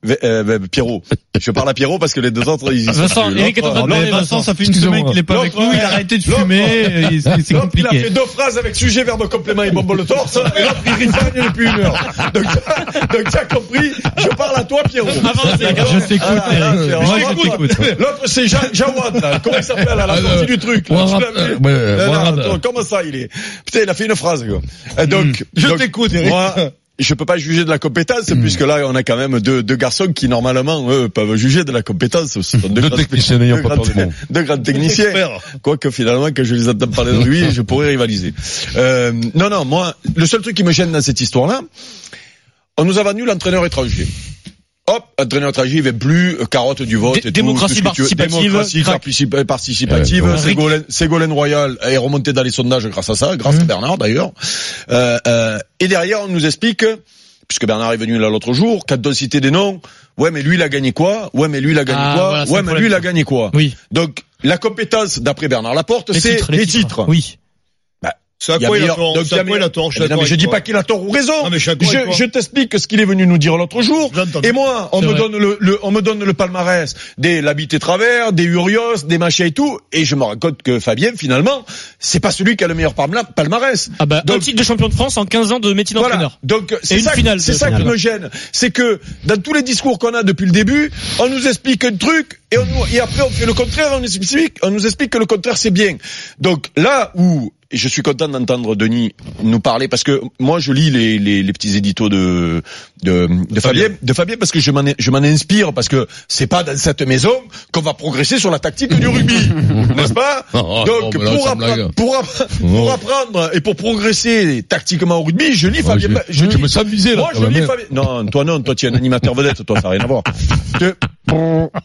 Speaker 7: V- euh, v- Pierrot. Je parle à Pierrot parce que les deux autres, ils.
Speaker 10: Vincent,
Speaker 7: l'autre-
Speaker 10: Eric est en train de
Speaker 7: l'autre-
Speaker 1: Mais
Speaker 10: parler,
Speaker 1: Vincent,
Speaker 10: Vincent.
Speaker 1: ça fait une
Speaker 2: Excusez-moi.
Speaker 1: semaine qu'il est pas avec
Speaker 7: L'autre,
Speaker 1: nous, il
Speaker 7: ouais.
Speaker 1: a arrêté de
Speaker 7: L'autre,
Speaker 1: fumer,
Speaker 7: ouais.
Speaker 1: euh, il- c'est c'est
Speaker 7: L'autre, il a fait
Speaker 1: compliqué.
Speaker 7: deux phrases avec sujet, verbe, complément et bonbon le torse, et l'autre, il rifagne depuis une heure. Donc, t'as- donc, t'as compris, je parle à toi, Pierrot.
Speaker 1: Je t'écoute,
Speaker 7: Ah, là, là,
Speaker 1: Eric.
Speaker 7: Pierrot.
Speaker 1: Moi,
Speaker 7: L'autre,
Speaker 1: je t'écoute.
Speaker 7: L'autre, c'est Ja- Jawad, là. Comment il s'appelle, là, la
Speaker 2: Ah,
Speaker 7: sortie
Speaker 2: euh,
Speaker 7: du truc, là.
Speaker 2: Warad,
Speaker 7: Tu l'as vu
Speaker 2: euh, ouais,
Speaker 7: Euh, non,
Speaker 2: Warad.
Speaker 7: attends, comment ça, il est Putain, il a fait une phrase, quoi. Euh, Donc,
Speaker 8: Je
Speaker 7: donc,
Speaker 8: t'écoute, Eric.
Speaker 7: Moi, je peux pas juger de la compétence, puisque là, on a quand même deux, deux garçons qui, normalement, eux, peuvent juger de la compétence. Ce sont
Speaker 2: Deux
Speaker 7: grands-
Speaker 2: techniciens n'ayant
Speaker 7: deux
Speaker 2: pas
Speaker 7: grands-
Speaker 2: peur du monde.
Speaker 7: Deux grands techniciens. Quoique, finalement, quand je les entends parler de lui, je pourrais rivaliser. Euh, non, non, moi, le seul truc qui me gêne dans cette histoire-là, on nous a vendu l'entraîneur étranger. Hop, entraîneur étranger, il ne plus, euh, carotte du vote.
Speaker 10: Dé-
Speaker 7: et tout,
Speaker 10: démocratie
Speaker 7: tout ce que tu veux.
Speaker 10: participative,
Speaker 7: Démocratie
Speaker 10: crac.
Speaker 7: participa- participative.
Speaker 2: Euh,
Speaker 7: Ségolène, Ségolène Royal est remontée dans les sondages grâce à ça, grâce
Speaker 10: Mmh.
Speaker 7: à Bernard d'ailleurs. Euh, euh, et derrière, on nous explique, puisque Bernard est venu là l'autre jour, quand on citait des noms, ouais mais lui il a gagné quoi Ouais mais lui il a gagné
Speaker 10: Ah,
Speaker 7: quoi
Speaker 10: voilà, c'est
Speaker 7: Ouais
Speaker 10: le
Speaker 7: mais
Speaker 10: problème,
Speaker 7: lui il a
Speaker 10: ça.
Speaker 7: gagné quoi
Speaker 10: Oui.
Speaker 7: Donc la compétence, d'après Bernard Laporte,
Speaker 10: Les
Speaker 7: c'est
Speaker 10: titres,
Speaker 7: les,
Speaker 10: les
Speaker 7: titres.
Speaker 10: titres. Oui.
Speaker 8: C'est à
Speaker 7: Il y a
Speaker 8: quoi il a
Speaker 7: meilleur- donc,
Speaker 8: tort? C'est
Speaker 7: il y
Speaker 8: à
Speaker 7: a
Speaker 8: quoi il a tort?
Speaker 7: Mais non, mais je dis pas qu'il a tort ou raison.
Speaker 8: Non, mais
Speaker 7: je
Speaker 8: chacun est quoi.
Speaker 7: je t'explique ce qu'il est venu nous dire l'autre jour.
Speaker 8: Je l'entends.
Speaker 7: Et moi, on
Speaker 10: C'est
Speaker 7: me
Speaker 10: vrai.
Speaker 7: donne le, le- on me donne le palmarès des Labit et Travers, des Urios, des machins et tout, et je me rends compte que Fabien finalement, c'est pas celui qui a le meilleur palma- palmarès.
Speaker 10: Ah bah, un
Speaker 7: Donc-
Speaker 10: titre de champion de France en 15 ans de métier
Speaker 7: Voilà.
Speaker 10: d'entraîneur.
Speaker 7: Donc
Speaker 10: Et
Speaker 7: c'est
Speaker 10: une
Speaker 7: ça, que-
Speaker 10: finale de
Speaker 7: c'est ça qui
Speaker 10: finale.
Speaker 7: me gêne, c'est que dans tous les discours qu'on a depuis le début, on nous explique un truc et on nous- et après on fait le contraire, on nous explique, on nous explique que le contraire c'est bien. Donc là où et je suis content d'entendre Denis nous parler parce que moi je lis les, les, les petits éditos de de, de Fabien. de Fabien parce que je m'en je m'en inspire parce que c'est pas dans cette maison qu'on va progresser sur la tactique du rugby, n'est-ce pas
Speaker 2: Oh,
Speaker 7: Donc
Speaker 2: non, mais là,
Speaker 7: pour,
Speaker 2: ça me
Speaker 7: appren-
Speaker 2: blague.
Speaker 7: pour, appren-
Speaker 2: Oh.
Speaker 7: pour apprendre et pour progresser tactiquement au rugby, je lis
Speaker 2: Ouais, j'ai-
Speaker 7: Fabien. Bah,
Speaker 2: je
Speaker 7: je lis-
Speaker 2: me sens visé, là,
Speaker 7: Moi,
Speaker 2: quand
Speaker 7: je
Speaker 2: même. hein.
Speaker 7: lis Fabien. Non, toi non, toi tu es un animateur vedette, toi ça n'a rien à voir. Te-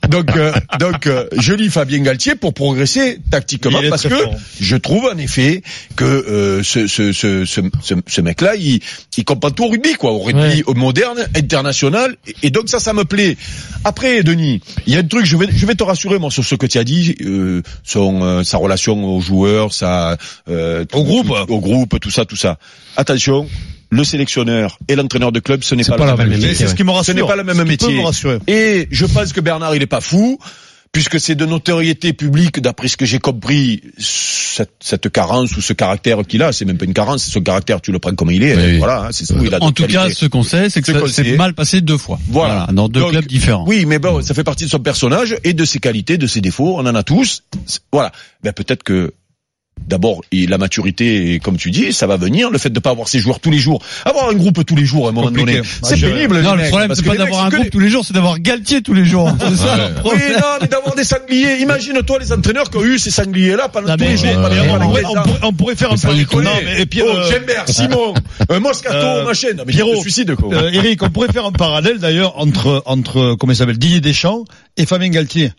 Speaker 7: Donc, euh, donc, euh, je lis Fabien Galtier pour progresser tactiquement
Speaker 8: Il est
Speaker 7: parce
Speaker 8: très
Speaker 7: que
Speaker 8: fort.
Speaker 7: je trouve en effet que euh, ce, ce, ce, ce, ce, ce mec-là, il, il comprend tout au rugby, quoi, au rugby
Speaker 10: Ouais.
Speaker 7: au moderne, international, et, et donc ça, ça me plaît. Après, Denis, il y a un truc, je vais, je vais te rassurer moi sur ce que tu as dit, euh, son, euh, sa relation aux joueurs, sa, euh, tout-
Speaker 8: Au groupe.
Speaker 7: tout- au groupe, tout ça, tout ça. Attention, le sélectionneur et l'entraîneur de club, ce n'est
Speaker 2: C'est
Speaker 7: pas,
Speaker 2: pas
Speaker 7: le
Speaker 2: la
Speaker 7: même
Speaker 2: même
Speaker 7: métier.
Speaker 8: Mais c'est ce qui me
Speaker 7: Ce
Speaker 8: rassure.
Speaker 7: n'est pas le même
Speaker 8: Ce qui peut
Speaker 7: métier.
Speaker 8: me rassurer.
Speaker 7: Et je pense que Bernard, il est pas fou, puisque c'est de notoriété publique, d'après ce que j'ai compris, cette, cette carence ou ce caractère qu'il a, c'est même pas une carence, ce caractère, tu le prends comme il est,
Speaker 2: Oui.
Speaker 7: voilà, hein, c'est tout, il a
Speaker 1: En
Speaker 7: d'autres
Speaker 1: tout cas,
Speaker 7: qualités.
Speaker 1: ce qu'on sait, c'est que
Speaker 7: Ce
Speaker 1: ça
Speaker 7: qu'on
Speaker 1: s'est
Speaker 7: sait.
Speaker 1: mal passé deux fois.
Speaker 7: Voilà.
Speaker 1: Voilà, dans deux
Speaker 7: Donc,
Speaker 1: clubs différents.
Speaker 7: Oui, mais bon, ça fait partie de son personnage et de ses qualités, de ses défauts. On en a tous. C'est- Voilà. Ben peut-être que d'abord il- la maturité, et comme tu dis, ça va venir. Le fait de pas avoir ses joueurs tous les jours, avoir un groupe tous les jours à un moment
Speaker 8: Compliqué.
Speaker 7: donné, c'est pénible.
Speaker 1: Non,
Speaker 7: les
Speaker 1: le
Speaker 7: mecs,
Speaker 1: problème,
Speaker 7: parce
Speaker 1: c'est
Speaker 7: que
Speaker 1: pas
Speaker 7: les mecs,
Speaker 1: d'avoir un
Speaker 7: c'est que
Speaker 1: groupe
Speaker 7: des-
Speaker 1: tous les jours, c'est d'avoir Galtier tous les jours. C'est ça leur
Speaker 7: Oui,
Speaker 1: problème.
Speaker 7: non, mais d'avoir des sangliers. Imagine-toi les entraîneurs qui ont eu ces sangliers-là pendant
Speaker 10: Non,
Speaker 7: tous
Speaker 10: mais-
Speaker 7: les jours.
Speaker 10: mais-
Speaker 7: pendant
Speaker 8: Mais
Speaker 7: pendant
Speaker 8: on, pourrait,
Speaker 7: les
Speaker 8: on
Speaker 7: ans.
Speaker 8: pourrait- on pourrait faire un
Speaker 7: Ça
Speaker 8: peu de
Speaker 7: déconne.
Speaker 8: Non, mais, et puis,
Speaker 7: oh,
Speaker 8: euh,
Speaker 7: Gembert, Simon, euh, Moscato,
Speaker 8: euh,
Speaker 7: machin. Non, mais
Speaker 8: Pierrot.
Speaker 7: je me suicide, quoi.
Speaker 8: Euh, Eric, on pourrait faire un parallèle d'ailleurs entre entre comment il s'appelle Didier Deschamps et Fabien Galtier.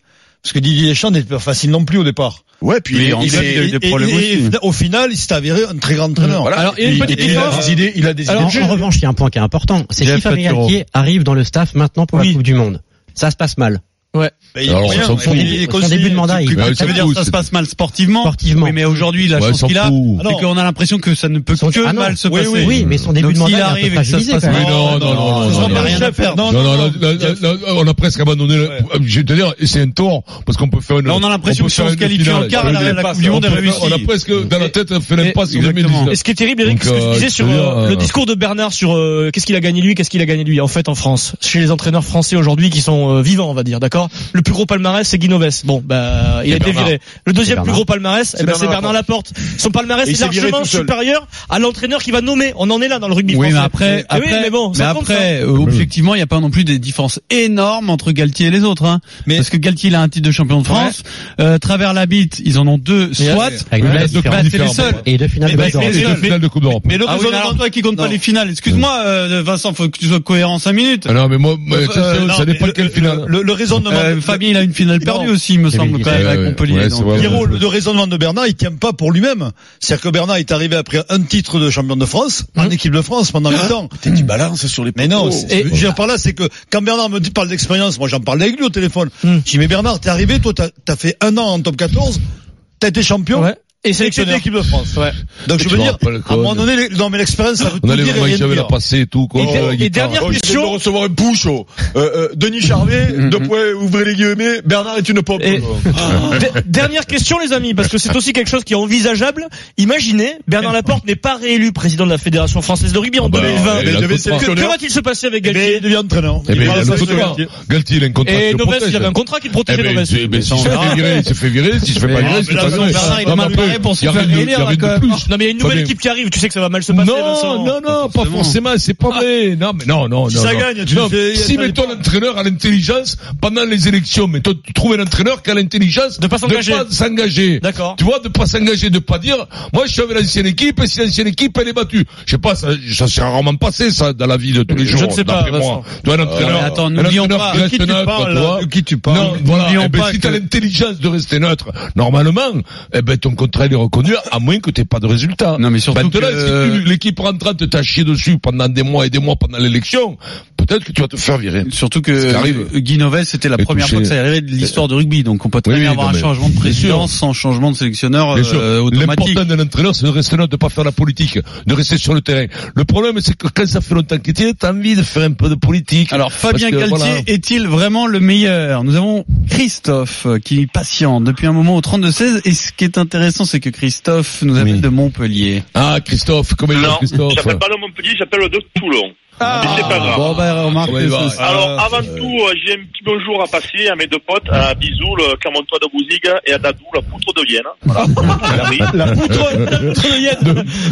Speaker 8: Parce que Didier Deschamps n'est pas facile non plus au départ.
Speaker 7: ouais, puis
Speaker 1: oui,
Speaker 7: il-
Speaker 1: en
Speaker 7: il-
Speaker 1: fait,
Speaker 7: il-
Speaker 1: il a eu des
Speaker 8: et-
Speaker 1: problèmes
Speaker 8: et- et
Speaker 1: aussi.
Speaker 8: au final, il s'est avéré un très grand entraîneur.
Speaker 7: voilà.
Speaker 10: Alors, il y a une
Speaker 7: Puis-
Speaker 10: petite
Speaker 7: il a
Speaker 10: différence.
Speaker 7: des idées, il a des idées.
Speaker 10: Alors,
Speaker 7: de jeu.
Speaker 10: je-
Speaker 9: en revanche, il y a un point qui est important, c'est
Speaker 1: Jeff
Speaker 9: si Fabien
Speaker 1: Paturo.
Speaker 9: Galtier arrive dans le staff maintenant pour
Speaker 10: Oui.
Speaker 9: la Coupe du Monde. Ça se passe mal.
Speaker 8: Ben, il est
Speaker 2: Alors, on
Speaker 8: moyen,
Speaker 2: s'en
Speaker 8: ouais.
Speaker 2: fout.
Speaker 8: Il est
Speaker 9: Son
Speaker 8: conseiller-
Speaker 9: début de mandat, il-
Speaker 1: Tu-
Speaker 2: Ouais,
Speaker 1: tu- Ça
Speaker 2: s'en
Speaker 1: veut dire
Speaker 2: fout,
Speaker 1: ça se
Speaker 2: c'est-
Speaker 1: passe mal sportivement.
Speaker 9: Sportivement.
Speaker 1: Oui, mais aujourd'hui, la
Speaker 2: Ouais,
Speaker 1: chance
Speaker 2: s'en
Speaker 1: qu'il a,
Speaker 2: fout.
Speaker 1: c'est qu'on a l'impression que ça ne peut
Speaker 9: Son-
Speaker 1: que
Speaker 9: Ah non.
Speaker 1: mal se
Speaker 9: Oui,
Speaker 1: passer.
Speaker 9: oui, oui, mais son
Speaker 1: Donc,
Speaker 9: début de mandat,
Speaker 1: s'il
Speaker 9: il est un
Speaker 1: arrive
Speaker 9: peu
Speaker 1: et que ça se
Speaker 9: fragilisé,
Speaker 1: passe
Speaker 9: quand
Speaker 1: mal.
Speaker 2: Oui,
Speaker 9: même.
Speaker 2: non, non, non,
Speaker 8: Ce
Speaker 2: non,
Speaker 8: sera
Speaker 2: non,
Speaker 8: pas
Speaker 2: non.
Speaker 8: rien à faire.
Speaker 2: Non, non, là, là, là, là, on a presque abandonné. le- Je vais te dire, et c'est un tort, parce qu'on peut faire une.
Speaker 1: Là, on a l'impression
Speaker 2: peut
Speaker 1: que si
Speaker 2: faire
Speaker 1: on se
Speaker 2: une
Speaker 1: qualifie
Speaker 2: finale.
Speaker 1: en quart,
Speaker 2: Je veux
Speaker 1: la-
Speaker 2: dire,
Speaker 1: la
Speaker 2: on
Speaker 1: Coupe du Monde est
Speaker 2: peut-
Speaker 1: réussie.
Speaker 2: On a presque, dans la tête, on fait l'impasse
Speaker 1: Et-
Speaker 2: en
Speaker 1: exactement.
Speaker 2: 2019.
Speaker 10: Et ce qui est terrible, Eric,
Speaker 2: Donc,
Speaker 10: c'est ce que
Speaker 2: euh,
Speaker 10: tu disais sur
Speaker 2: je veux dire,
Speaker 10: euh,
Speaker 2: euh,
Speaker 10: le discours de Bernard sur euh, qu'est-ce qu'il a gagné lui, qu'est-ce qu'il a gagné lui, en fait, en France, chez les entraîneurs français aujourd'hui qui sont euh, vivants, on va dire, d'accord d'accord. Le plus gros palmarès, c'est Guinoves. Bon, bah, il a été viré. Le deuxième plus gros palmarès, eh ben, c'est Bernard Laporte. Son palmarès
Speaker 7: Et il
Speaker 10: est
Speaker 7: s'est viré
Speaker 10: largement
Speaker 7: tout seul.
Speaker 10: supérieur à l'entraîneur qui va nommer. On en est là dans le rugby
Speaker 1: Oui, mais
Speaker 10: français.
Speaker 1: après,
Speaker 10: Eh oui,
Speaker 1: après,
Speaker 10: mais bon,
Speaker 1: mais
Speaker 10: ça compte,
Speaker 1: après, euh, objectivement, il n'y a pas non plus des différences énormes entre Galtier et les autres, hein.
Speaker 11: Mais-
Speaker 1: Parce que Galtier, il a un titre de champion de France. Euh, travers la bite, ils en ont deux, soit.
Speaker 9: Avec
Speaker 1: Bah,
Speaker 9: deux
Speaker 1: c'est
Speaker 9: différents.
Speaker 1: les seuls.
Speaker 9: Et deux finales
Speaker 1: Mais-
Speaker 9: de
Speaker 1: mais-
Speaker 9: Ballon d'Or.
Speaker 1: mais- mais-
Speaker 2: Et Ah, la finale de Coupe d'Europe.
Speaker 1: Mais le
Speaker 11: Ah oui,
Speaker 1: raisonnement,
Speaker 11: alors-
Speaker 1: toi qui compte pas
Speaker 11: Non.
Speaker 1: les finales. Excuse-moi, euh, Vincent, faut que tu sois cohérent cinq minutes.
Speaker 2: Ah Non, mais moi, moi, ça,
Speaker 8: Euh,
Speaker 2: ça
Speaker 8: non,
Speaker 2: dépend
Speaker 8: mais
Speaker 2: quelle
Speaker 8: le-
Speaker 2: finale.
Speaker 8: Le, le raisonnement.
Speaker 1: Euh,
Speaker 8: de-
Speaker 1: Fabien, il a une finale perdue
Speaker 8: Non.
Speaker 1: aussi, il me semble, quand même,
Speaker 2: Ouais,
Speaker 1: avec
Speaker 2: ouais,
Speaker 1: Montpellier.
Speaker 2: ouais,
Speaker 1: donc,
Speaker 2: c'est vrai.
Speaker 1: euh,
Speaker 8: Pierrot, le raisonnement de Bernard, il tient pas pour lui-même. C'est-à-dire que Bernard est arrivé après un titre de champion de France,
Speaker 10: Hein
Speaker 8: en équipe de France pendant huit ans.
Speaker 7: Tu balances sur les
Speaker 8: Mais non, c'est-
Speaker 10: Et-
Speaker 8: je veux dire par là, c'est que quand Bernard me dit, parle d'expérience, moi j'en parlais avec lui au téléphone.
Speaker 10: Hmm.
Speaker 8: Je dis, mais Bernard, t'es arrivé, toi, t'as as fait un an en top 14, t'as été champion.
Speaker 10: Ouais. Et
Speaker 8: Et t'étais
Speaker 10: sélectionneur.
Speaker 8: l'équipe de France.
Speaker 10: Ouais.
Speaker 8: Donc je
Speaker 2: Tu
Speaker 8: veux
Speaker 2: me
Speaker 8: dire,
Speaker 2: rappelles
Speaker 8: à
Speaker 2: quoi,
Speaker 8: un moment
Speaker 2: de-
Speaker 8: donné, les- non mais l'expérience, ça veut tout
Speaker 2: On allait
Speaker 8: dire et
Speaker 2: vraiment,
Speaker 8: rien
Speaker 2: ils avaient la
Speaker 8: dire.
Speaker 2: passée et tout, quoi.
Speaker 10: Et,
Speaker 2: Oh,
Speaker 10: der-
Speaker 2: la
Speaker 10: et
Speaker 2: guitare.
Speaker 10: dernière
Speaker 7: Oh, je viens de
Speaker 10: question.
Speaker 7: recevoir un push. oh. Euh, euh, Denis Charvet, deux points, ouvrez les guillemets, Bernard est une pompe.
Speaker 10: Et-
Speaker 7: Oh.
Speaker 8: Ah.
Speaker 10: De- Dernière question, les amis, parce que c'est aussi quelque chose qui est envisageable. Imaginez, Bernard
Speaker 8: Eh.
Speaker 10: Laporte n'est pas réélu président de la Fédération française de rugby en
Speaker 2: Ah bah,
Speaker 10: 2020.
Speaker 2: il a
Speaker 10: Que-
Speaker 2: le contrat.
Speaker 10: que va-t-il se passer avec
Speaker 8: Eh ben,
Speaker 10: Galtier
Speaker 8: il devient entraîneur.
Speaker 2: Eh ben, il a
Speaker 8: parle
Speaker 2: le
Speaker 8: ça, c'est
Speaker 2: contrat.
Speaker 8: Galtier.
Speaker 2: Galtier, il a un contrat.
Speaker 10: Et
Speaker 2: qui le
Speaker 10: Noves,
Speaker 2: protège.
Speaker 10: il avait un contrat qui le
Speaker 2: Eh
Speaker 10: protégeait
Speaker 2: ben,
Speaker 10: Noves.
Speaker 2: c'est- ben,
Speaker 1: Ah,
Speaker 2: s'il se fait virer, il se fait virer. S'il se fait pas virer, il se fait pas virer.
Speaker 1: Bernard, il a
Speaker 2: Non, mais
Speaker 1: mal
Speaker 2: après,
Speaker 1: barré pour se
Speaker 2: il y
Speaker 1: faire
Speaker 2: avait une-
Speaker 1: élire,
Speaker 2: il y avait
Speaker 1: là,
Speaker 2: de
Speaker 1: quand
Speaker 2: plus.
Speaker 10: Non mais il y a une nouvelle
Speaker 2: Fabien.
Speaker 10: équipe qui arrive, tu sais que ça va mal se passer Vincent.
Speaker 2: Non, non, non, pas forcément, c'est pas vrai. Non, mais non, non,
Speaker 8: Si
Speaker 2: non.
Speaker 8: ça
Speaker 2: non.
Speaker 8: gagne, tu
Speaker 2: Non,
Speaker 8: le fais,
Speaker 2: Si,
Speaker 8: ça
Speaker 2: mettons
Speaker 8: dépend.
Speaker 2: l'entraîneur à l'intelligence, pendant les élections, mettons, tu trouves un entraîneur qui a l'intelligence
Speaker 10: De pas s'engager.
Speaker 2: De pas s'engager.
Speaker 10: D'accord.
Speaker 2: Tu vois, de pas s'engager, de pas dire, moi, je suis avec l'ancienne équipe, et si l'ancienne équipe, elle est battue. Je sais pas, ça, ça s'est rarement passé, ça, dans la vie de tous les
Speaker 10: Je
Speaker 2: jours.
Speaker 10: ne sais pas,
Speaker 2: d'après moi.
Speaker 10: Vincent.
Speaker 2: Tu vois, un
Speaker 1: Euh, mais
Speaker 2: entraîneur.
Speaker 1: attends,
Speaker 2: un
Speaker 1: n'oublions
Speaker 2: entraîneur
Speaker 1: pas
Speaker 2: qui
Speaker 1: de
Speaker 2: reste
Speaker 1: qui tu
Speaker 2: neutre,
Speaker 1: parles,
Speaker 2: vois.
Speaker 1: de qui tu parles.
Speaker 2: Non, voilà.
Speaker 1: N'oublions
Speaker 2: Eh ben,
Speaker 1: pas
Speaker 2: si
Speaker 1: que-
Speaker 2: t'as l'intelligence de rester neutre, normalement, eh ben, ton contrat, il est reconnu, à moins que t'aies pas de résultat.
Speaker 1: Non, mais surtout
Speaker 2: Maintenant,
Speaker 1: que-
Speaker 2: si tu- l'équipe rentrante t'a chié dessus pendant des mois et des mois pendant l'élection, peut-être que tu vas te faire virer.
Speaker 1: Surtout
Speaker 2: Ce qui
Speaker 1: que
Speaker 2: arrive.
Speaker 1: Guy Noves, c'était la
Speaker 2: Et
Speaker 1: première
Speaker 2: touché.
Speaker 1: fois que ça arrivait de l'histoire de rugby. Donc on peut très
Speaker 2: Oui,
Speaker 1: bien
Speaker 2: oui,
Speaker 1: avoir
Speaker 2: non,
Speaker 1: un
Speaker 2: mais-
Speaker 1: changement de
Speaker 2: Bien sûr.
Speaker 1: président sans changement de sélectionneur
Speaker 2: Bien sûr.
Speaker 1: euh, automatique.
Speaker 2: L'important d'un entraîneur, c'est de rester neutre, de pas faire la politique, de rester sur le terrain. Le problème, c'est que quand ça fait longtemps que tu t'as envie de faire un peu de politique.
Speaker 1: Alors Fabien
Speaker 2: Parce que,
Speaker 1: Galtier
Speaker 2: voilà.
Speaker 1: est-il vraiment le meilleur Nous avons Christophe euh, qui est patient depuis un moment au 32-16 et ce qui est intéressant c'est que Christophe nous appelle
Speaker 2: Oui.
Speaker 1: de Montpellier.
Speaker 2: Ah, Christophe, comment il va,
Speaker 12: Non,
Speaker 2: Christophe?
Speaker 12: j'appelle pas le Montpellier, j'appelle le de Toulon. Mais c'est Ah. pas grave.
Speaker 1: Ah. bon bah remarque
Speaker 2: Ouais, bah,
Speaker 1: ce-
Speaker 12: Alors, avant tout, euh, j'ai un petit bonjour à passer à mes deux potes, à Bizoul, le Camontois de Bouzig et à Dadou, la poutre de Vienne. Hein. Voilà. Ah Merci.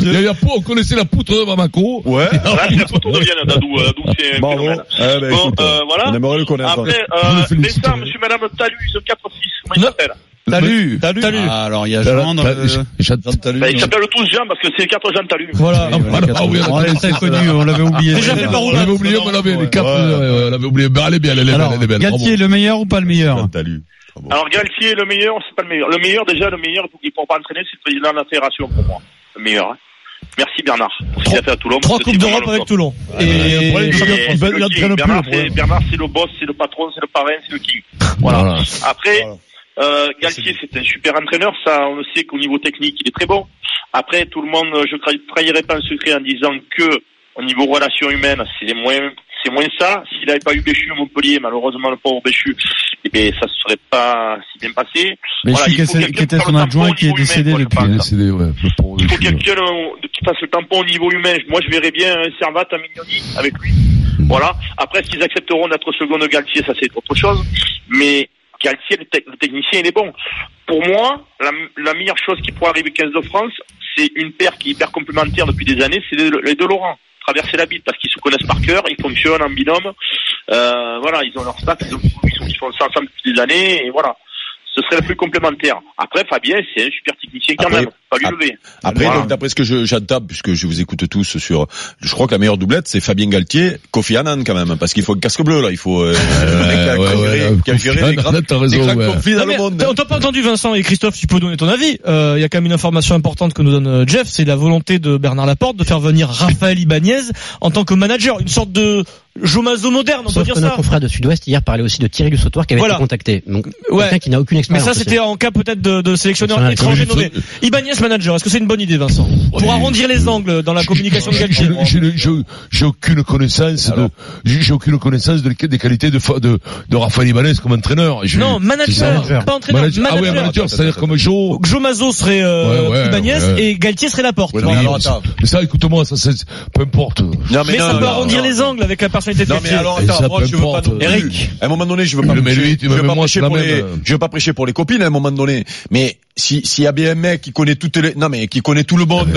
Speaker 2: D'ailleurs, pour- on connaissait la poutre de Bamako.
Speaker 7: Ouais.
Speaker 12: Voilà, c'est la poutre de Vienne, Dadou. euh, Dadou, c'est un
Speaker 7: Bravo.
Speaker 12: phénomène.
Speaker 7: Eh ben,
Speaker 12: Bon,
Speaker 7: écoute,
Speaker 12: euh, voilà.
Speaker 7: On aimerait le connaître.
Speaker 12: Après,
Speaker 2: Vous le
Speaker 12: euh,
Speaker 2: félicitez.
Speaker 12: Vincent, monsieur, madame Talus, 4-6, comment il s'appelle
Speaker 1: Salut.
Speaker 8: Salut.
Speaker 1: Ah, alors il y a
Speaker 2: T'as-
Speaker 1: Jean dans
Speaker 2: t'as-
Speaker 1: le-
Speaker 2: j'attends-
Speaker 8: Salut.
Speaker 12: Bah, Ils s'appellent tous Jean parce que c'est les 4 Jean Talus.
Speaker 10: Voilà.
Speaker 2: Ah, voilà, ah oui,
Speaker 1: on l'avait très connu, on l'avait oublié.
Speaker 10: Déjà fait par
Speaker 2: On
Speaker 10: où
Speaker 2: l'avait oublié, mais on l'avait, les quatre,
Speaker 7: Ouais.
Speaker 2: ouais, ouais, on l'avait oublié. Ben, elle est bien, elle est belle,
Speaker 1: Alors
Speaker 2: elle est belle. Bravo.
Speaker 1: Galtier le meilleur ou pas le meilleur
Speaker 7: T'as lu.
Speaker 12: Alors Galtier, le meilleur, c'est pas le meilleur. Le meilleur, déjà, le meilleur, il ne pourra pas entraîner, c'est le président de la fédération pour moi. Le meilleur. hein. Merci Bernard pour ce qu'il a fait à Toulon.
Speaker 10: Trois
Speaker 12: parce que
Speaker 10: coupes
Speaker 12: c'est
Speaker 10: d'Europe
Speaker 12: vraiment le
Speaker 10: avec
Speaker 12: top.
Speaker 10: Toulon.
Speaker 2: Et-
Speaker 10: Et
Speaker 12: Et-
Speaker 8: Il
Speaker 12: c'est le
Speaker 8: il entraîne
Speaker 12: king.
Speaker 8: plus,
Speaker 12: Bernard,
Speaker 8: le
Speaker 12: c'est
Speaker 8: problème.
Speaker 12: Bernard, c'est le boss, c'est le patron, c'est le parrain, c'est le king.
Speaker 2: Voilà.
Speaker 12: Après,
Speaker 8: Voilà.
Speaker 12: euh, Galtier, c'est un super entraîneur, ça, on le sait qu'au niveau technique, il est très bon. Après, tout le monde, euh, je ne trahirai pas un secret en disant que, au niveau relations humaines, c'est moins, c'est moins ça. S'il n'avait pas eu Béchu à Montpellier, malheureusement, le pauvre Béchu, eh bien, ça se serait pas si bien passé.
Speaker 1: Mais
Speaker 12: Voilà,
Speaker 1: je sais
Speaker 12: il faut
Speaker 1: que c'est-
Speaker 12: quelqu'un
Speaker 1: qui était
Speaker 12: pour
Speaker 1: son
Speaker 12: le
Speaker 1: adjoint
Speaker 12: tampon
Speaker 1: qui est
Speaker 12: au niveau
Speaker 1: décédé
Speaker 12: humain,
Speaker 1: depuis.
Speaker 12: quoi,
Speaker 2: Il
Speaker 12: je
Speaker 2: est
Speaker 12: pense.
Speaker 2: décédé, ouais, le pauvre
Speaker 12: Il faut
Speaker 2: Lucu, ouais.
Speaker 12: quelqu'un euh, qui passe le tampon au niveau humain. Moi, je verrais bien un Servat, un Mignoni avec lui. Voilà. Après, s'ils accepteront d'être second de Galtier, ça c'est autre chose. Mais Galtier, le, tec- le technicien, il est bon. Pour moi, la, la meilleure chose qui pourrait arriver au 15 de France, c'est une paire qui est hyper complémentaire depuis des années, c'est les, les deux Laurent. Traverser la bite parce qu'ils se connaissent par cœur, ils fonctionnent en binôme. Euh, voilà, ils ont leur staff, ils, ont- ils sont- ils font ça ensemble depuis des années, et voilà. Ce serait le plus complémentaire. Après, Fabien, c'est un super technicien quand
Speaker 7: Après-
Speaker 12: même. Pas lui
Speaker 7: ap-
Speaker 12: lever.
Speaker 7: Après,
Speaker 12: Voilà.
Speaker 7: donc, d'après ce que je- j'entends, puisque je vous écoute tous sur, je crois que la meilleure doublette, c'est Fabien Galtier, Kofi Annan quand même, parce qu'il faut le casque bleu là, il faut euh, le mec qui a-
Speaker 2: ouais,
Speaker 7: qui a
Speaker 2: ouais,
Speaker 7: viré-
Speaker 2: ouais,
Speaker 7: qui a viré
Speaker 2: Kofi
Speaker 7: les grands-
Speaker 2: Annan, t'as raison,
Speaker 7: les grands
Speaker 2: ouais.
Speaker 7: conflits dans le
Speaker 10: Non, mais
Speaker 7: monde.
Speaker 10: On t'a pas entendu Vincent et Christophe, tu peux donner ton avis. Euh, Il y a quand même une information importante que nous donne euh, Jeff, c'est la volonté de Bernard Laporte de faire venir Raphaël Ibanez en tant que manager, une sorte de Jomazo moderne, on peut
Speaker 9: Sauf
Speaker 10: dire
Speaker 9: que notre
Speaker 10: ça.
Speaker 9: confrère de Sud-Ouest hier parlait aussi de Thierry Le Sautoir qui avait
Speaker 10: Voilà.
Speaker 9: été contacté. Donc,
Speaker 10: Ouais.
Speaker 9: quelqu'un qui n'a aucune
Speaker 10: Mais
Speaker 9: expérience.
Speaker 10: ça c'était en cas peut-être de, de sélectionneur
Speaker 9: National,
Speaker 10: étranger
Speaker 2: comme
Speaker 10: nommé. Ibanez manager, est-ce que c'est une bonne idée Vincent Pour arrondir les angles dans la communication de
Speaker 2: Je-
Speaker 10: Galtier.
Speaker 2: je- je- je- J'ai aucune connaissance de, j'ai j'ai aucune connaissance de- des qualités de, fa- de, de Raphaël Ibanez comme entraîneur. Je-
Speaker 10: Non, manager, pas entraîneur,
Speaker 2: Manager. Ah ouais,
Speaker 10: manager.
Speaker 2: manager, c'est-à-dire comme Joe.
Speaker 10: Donc, Jomazo serait euh,
Speaker 2: Ouais, ouais,
Speaker 10: Ibanez
Speaker 2: ouais.
Speaker 10: et Galtier serait Laporte.
Speaker 2: Ouais,
Speaker 10: Bon.
Speaker 2: mais-
Speaker 7: alors, attends.
Speaker 2: mais ça, écoute-moi, ça, c'est, peu importe.
Speaker 7: Non,
Speaker 10: Mais ça
Speaker 7: non,
Speaker 10: peut
Speaker 7: non,
Speaker 10: arrondir
Speaker 7: non.
Speaker 10: les angles avec la personnalité de
Speaker 7: Non mais
Speaker 10: quartier.
Speaker 7: alors attends, moi je veux pas non plus.
Speaker 10: Eric.
Speaker 7: À un moment donné, je veux pas.
Speaker 2: Mais
Speaker 7: prêcher-
Speaker 2: lui, tu
Speaker 7: je
Speaker 2: veux
Speaker 7: veux pas
Speaker 2: moi,
Speaker 7: prêcher
Speaker 2: c'est la
Speaker 7: pour
Speaker 2: même,
Speaker 7: les.
Speaker 2: euh.
Speaker 7: Je veux pas prêcher pour les copines à un moment donné. Mais si s'il y a bien un mec qui connaît toutes les, non mais qui connaît tout le monde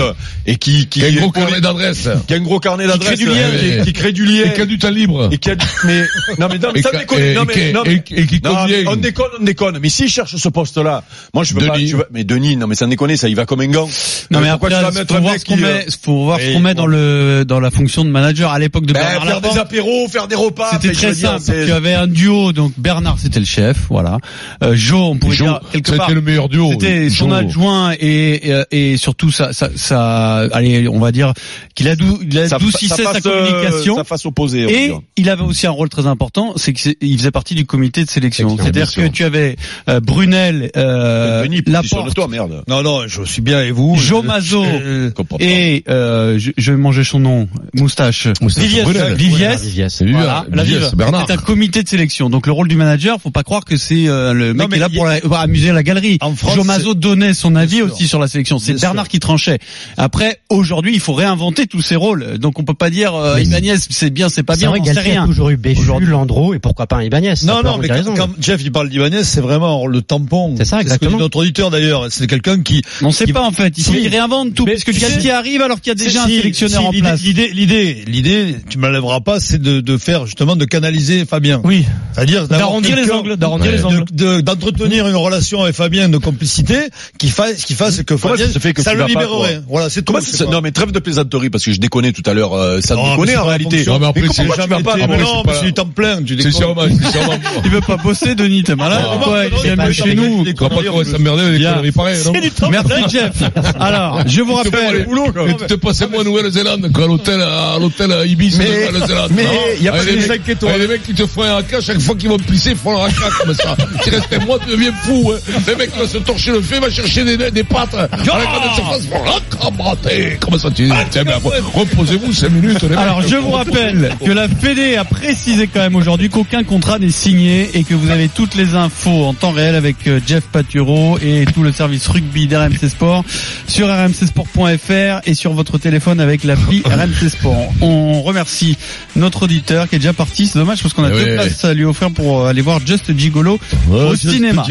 Speaker 7: et qui qui
Speaker 2: Qui a un gros
Speaker 7: connaît-
Speaker 2: carnet d'adresses.
Speaker 7: qui a un gros carnet
Speaker 10: Qui
Speaker 7: d'adresses,
Speaker 10: crée du lien,
Speaker 7: euh,
Speaker 2: qui-
Speaker 7: qui, qui crée du lien,
Speaker 2: Et qui a du temps libre.
Speaker 7: et qui a, mais non mais non, mais
Speaker 2: Et
Speaker 7: ça
Speaker 2: qui-
Speaker 7: déconne,
Speaker 2: et-
Speaker 7: non mais
Speaker 2: et-
Speaker 7: non mais-
Speaker 2: et- et qui
Speaker 7: non,
Speaker 2: convient.
Speaker 7: mais on déconne, on déconne. Mais s'il cherche ce poste-là, moi je veux pas,
Speaker 2: Denis.
Speaker 7: je veux- mais Denis, non mais sans déconner, ça il va comme un gant. Euh,
Speaker 1: Non mais après,
Speaker 7: Pourquoi tu vas
Speaker 1: faut
Speaker 7: mettre un
Speaker 1: voir
Speaker 7: mec
Speaker 1: ce qu'on
Speaker 7: qui, euh,
Speaker 1: met, faut voir ce
Speaker 7: oui,
Speaker 1: qu'on met dans le dans la fonction de manager à l'époque de
Speaker 7: ben,
Speaker 1: Bernard
Speaker 7: faire
Speaker 1: Laporte.
Speaker 7: des apéros, faire des repas.
Speaker 1: C'était
Speaker 7: mais je
Speaker 1: très
Speaker 7: veux dire,
Speaker 1: simple.
Speaker 7: c'est-
Speaker 1: Tu avais un duo, donc Bernard c'était le chef, voilà. Euh, Joe, on pouvait
Speaker 2: Jo,
Speaker 1: dire quelque part.
Speaker 2: C'était le meilleur duo.
Speaker 1: C'était son
Speaker 2: Jo.
Speaker 1: adjoint et, et, et surtout ça, ça, ça, allez, on va dire qu'il
Speaker 7: ça-
Speaker 1: adoucissait
Speaker 7: ça
Speaker 1: sa
Speaker 7: fasse, euh,
Speaker 1: communication.
Speaker 7: Ça hein. fasse opposer. on va
Speaker 1: Et
Speaker 7: dire.
Speaker 1: il avait aussi un rôle très important, c'est qu'il faisait partie du comité de sélection.
Speaker 2: Excellent,
Speaker 1: C'est-à-dire
Speaker 2: bien
Speaker 1: que
Speaker 2: sûr.
Speaker 1: tu avais euh, Brunel, euh,
Speaker 7: Denis,
Speaker 1: Laporte,
Speaker 7: toi merde.
Speaker 8: Non, non, je suis bien et vous
Speaker 1: Joe Mazzo
Speaker 7: Je comprends pas.
Speaker 1: et euh, je, je mangeais son nom, moustache.
Speaker 2: Moustache Brunel.
Speaker 1: Viviès.
Speaker 9: Viviès.
Speaker 2: Viviès,
Speaker 1: Voilà, la
Speaker 2: Viviès,
Speaker 1: vive.
Speaker 2: Bernard.
Speaker 1: C'est un comité de sélection. Donc le rôle du manager, faut pas croire que c'est euh, le mec
Speaker 8: Non,
Speaker 1: qui est
Speaker 8: mais
Speaker 1: là pour, la- pour amuser la galerie.
Speaker 8: En France,
Speaker 1: Jomazo donnait son avis
Speaker 8: sûr.
Speaker 1: aussi sur la sélection. C'est
Speaker 8: Bien
Speaker 1: Bernard
Speaker 8: sûr.
Speaker 1: qui tranchait. Après, aujourd'hui, il faut réinventer tous ces rôles. Donc on peut pas dire euh,
Speaker 9: Mais c'est-
Speaker 1: Ibanez, c'est bien, c'est pas
Speaker 9: C'est
Speaker 1: bien,
Speaker 9: vrai,
Speaker 1: on sait
Speaker 9: Galtier a
Speaker 1: rien.
Speaker 9: toujours eu Béchu,
Speaker 1: Aujourd'hui.
Speaker 9: Landreau et pourquoi pas un Ibanez. ça
Speaker 8: Non,
Speaker 9: peut
Speaker 8: non,
Speaker 9: avoir
Speaker 8: mais
Speaker 9: des raisons.
Speaker 8: quand, quand Jeff il parle libanais, c'est vraiment le tampon.
Speaker 9: C'est ça,
Speaker 8: ce que
Speaker 9: exactement.
Speaker 8: dit notre auditeur d'ailleurs, c'est quelqu'un qui.
Speaker 1: On sait
Speaker 8: qui-
Speaker 1: pas en fait. Il faut
Speaker 8: Si.
Speaker 1: qu'il réinvente tout.
Speaker 8: Mais
Speaker 1: Parce que
Speaker 8: tu sais-
Speaker 1: Galtier arrive alors qu'il y a déjà un
Speaker 8: Si,
Speaker 1: sélectionneur
Speaker 8: si,
Speaker 1: en
Speaker 8: l'idée-
Speaker 1: place.
Speaker 8: L'idée, l'idée, l'idée, tu me l'enlèveras pas, c'est de, de faire justement de canaliser Fabien.
Speaker 10: Oui.
Speaker 8: C'est-à-dire d'avoir
Speaker 10: D'arrondir les
Speaker 8: quelqu'un-
Speaker 10: angles, d'arrondir
Speaker 2: Ouais.
Speaker 10: les angles.
Speaker 8: de- de- d'entretenir une relation avec Fabien de complicité qui fasse qui fasse que
Speaker 7: Comment
Speaker 8: Fabien
Speaker 7: ça se fait que tu
Speaker 8: le
Speaker 7: l'as pas,
Speaker 8: libérerait
Speaker 7: toi
Speaker 8: voilà c'est tout
Speaker 7: Comment
Speaker 8: c'est
Speaker 7: ça,
Speaker 8: pas-
Speaker 7: non mais trêve de plaisanterie parce que je déconnais tout à l'heure, euh, ça
Speaker 8: Non,
Speaker 7: me
Speaker 8: mais
Speaker 7: déconnait
Speaker 8: c'est
Speaker 7: en
Speaker 8: pas la
Speaker 7: réalité.
Speaker 8: fonction.
Speaker 2: Non, mais après,
Speaker 8: c'est
Speaker 2: c'est
Speaker 8: jamais
Speaker 2: jamais été-
Speaker 8: été- mais non
Speaker 2: c'est
Speaker 8: mais
Speaker 2: pas-
Speaker 8: tu t'en plains tu
Speaker 2: C'est
Speaker 8: déconnes.
Speaker 2: sûrement, c'est sûrement.
Speaker 1: Il veut pas bosser, Denis, t'es malade
Speaker 2: Ah,
Speaker 1: ou quoi
Speaker 8: non, non,
Speaker 1: Il
Speaker 8: non,
Speaker 1: vient
Speaker 8: non,
Speaker 1: chez
Speaker 8: non,
Speaker 1: nous.
Speaker 8: non,
Speaker 2: On va pas trop s'emmerder avec les
Speaker 1: Bien.
Speaker 2: conneries pareilles, non?
Speaker 1: Merci Jeff. Alors, je vous rappelle,
Speaker 2: Et tu te passais moi en Nouvelle-Zélande qu'à l'hôtel, à l'hôtel à Ibis
Speaker 7: Mais-
Speaker 2: de Nouvelle-Zélande. Ah,
Speaker 7: mais y a pas
Speaker 2: Avec
Speaker 7: de
Speaker 2: les mecs-
Speaker 7: cinq étoiles.
Speaker 2: avec les mecs qui te font un raca, chaque fois qu'ils vont pisser, ils font le raca comme ça. Tu restes moi, tu deviens fou, hein. Les mecs vont se torcher le feu, va chercher des, des pâtes. À la grande surface, vont racrabater. Comment ça, tu dis? Tiens, mais après, reposez-vous cinq minutes, les mecs.
Speaker 1: Alors je vous rappelle que la Fédé a précisé quand même aujourd'hui qu'aucun contrat n'est signé et que vous avez toutes les infos en temps réel avec euh, Jeff Paturo et tout le service rugby d'RMC Sport sur rmcsport.fr et sur votre téléphone avec l'appli RMC Sport. On remercie notre auditeur qui est déjà parti, c'est dommage parce qu'on a
Speaker 2: Eh
Speaker 1: deux
Speaker 2: oui.
Speaker 1: places à lui offrir pour euh, aller voir Just Gigolo au cinéma.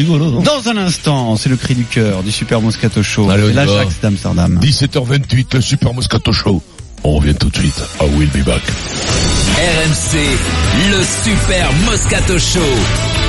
Speaker 1: Dans un instant, c'est le cri du cœur du Super Moscato Show,
Speaker 2: Allez, on
Speaker 1: C'est
Speaker 2: y va.
Speaker 1: l'Ajax d'Amsterdam.
Speaker 2: 17h28, le Super Moscato Show. On revient tout de suite. Ah I will be back.
Speaker 11: RMC, le super Moscato Show.